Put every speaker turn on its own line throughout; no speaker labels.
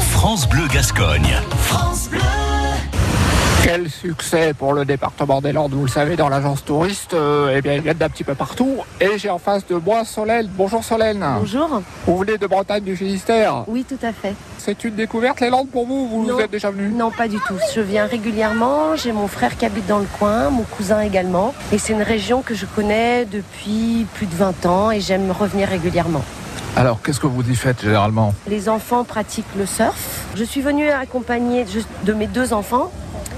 France Bleu Gascogne.
Quel succès pour le département des Landes, vous le savez, dans l'agence touriste, euh, eh bien, ils viennent d'un petit peu partout. Et j'ai en face de moi Solène. Bonjour Solène.
Bonjour.
Vous venez de Bretagne du Finistère.
Oui, tout à fait.
C'est une découverte les Landes pour vous, vous,
Non.
êtes déjà venu
Non, pas du tout. Je viens régulièrement. J'ai mon frère qui habite dans le coin, mon cousin également. Et c'est une région que je connais depuis plus de 20 ans et j'aime revenir régulièrement.
Alors, qu'est-ce que vous y faites généralement
Les enfants pratiquent le surf. Je suis venue accompagnée de- de mes deux enfants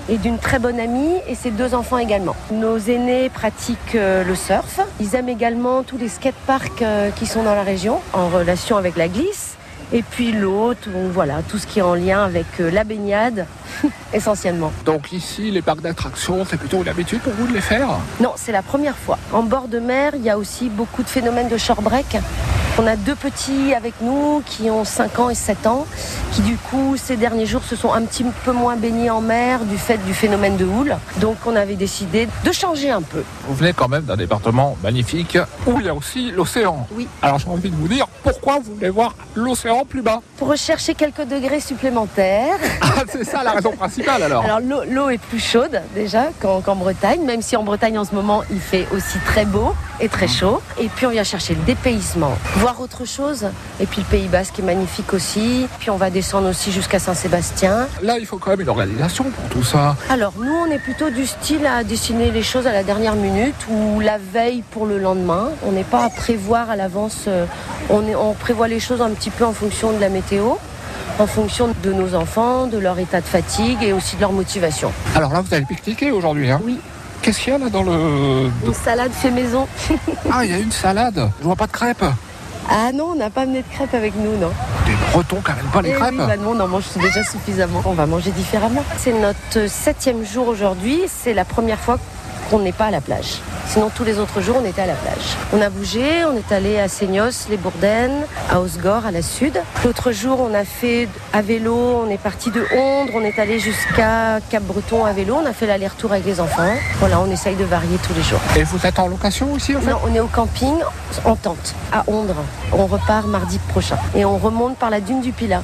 et d'une très bonne amie et ses deux enfants également. Nos aînés pratiquent euh, le surf. Ils aiment également tous les skateparks euh, qui sont dans la région en relation avec la glisse. Et puis l'eau, tout, voilà, tout ce qui est en lien avec euh, la baignade essentiellement.
Donc ici, les parcs d'attractions, c'est plutôt une habitude pour vous de les faire
Non, c'est la première fois. En bord de mer, il y a aussi beaucoup de phénomènes de shorebreak. On a deux petits avec nous qui ont 5 ans et 7 ans, qui du coup ces derniers jours se sont un petit peu moins baignés en mer du fait du phénomène de houle. Donc on avait décidé de changer un peu.
Vous venez quand même d'un département magnifique.
Où il y a aussi l'océan.
Oui.
Alors j'ai envie de vous dire, pourquoi vous voulez voir l'océan plus bas
Pour rechercher quelques degrés supplémentaires.
Ah, C'est ça la raison principale alors.
Alors l'eau- l'eau est plus chaude déjà qu'en qu'en Bretagne, même si en Bretagne en ce moment il fait aussi très beau et très chaud. Et puis on vient chercher le dépaysement, voir autre chose. Et puis le Pays Basque est magnifique aussi. Puis on va descendre aussi jusqu'à Saint-Sébastien.
Là, il faut quand même une organisation pour tout ça.
Alors nous on est plutôt du style à dessiner les choses à la dernière minute ou la veille pour le lendemain. On n'est pas à prévoir à l'avance. euh, On, est- on prévoit les choses un petit peu en fonction de la météo, en fonction de nos enfants, de leur état de fatigue et aussi de leur motivation.
Alors là, vous allez pique-niquer aujourd'hui. Hein
Oui.
Qu'est-ce qu'il y a là dans le...
Une salade fait maison.
Ah, il y a une salade. Je vois pas de crêpes.
Ah non, on n'a pas amené de crêpes avec nous, non.
Des bretons quand même pas les
Eh
crêpes.
oui, bah non, on en mange déjà suffisamment. On va manger différemment. C'est notre septième jour aujourd'hui. C'est la première fois qu'on n'est pas à la plage. Sinon, tous les autres jours, on était à la plage. On a bougé, on est allé à Seignos, les Bourdaines, à Osgore, à la Sud. L'autre jour, on a fait à vélo, on est parti de Ondre, on est allé jusqu'à Cap-Breton à vélo, on a fait l'aller-retour avec les enfants. Voilà, on essaye de varier tous les jours.
Et vous êtes en location ici en fait
Non, on est au camping en tente à Ondre. On repart mardi prochain et on remonte par la dune du Pilat.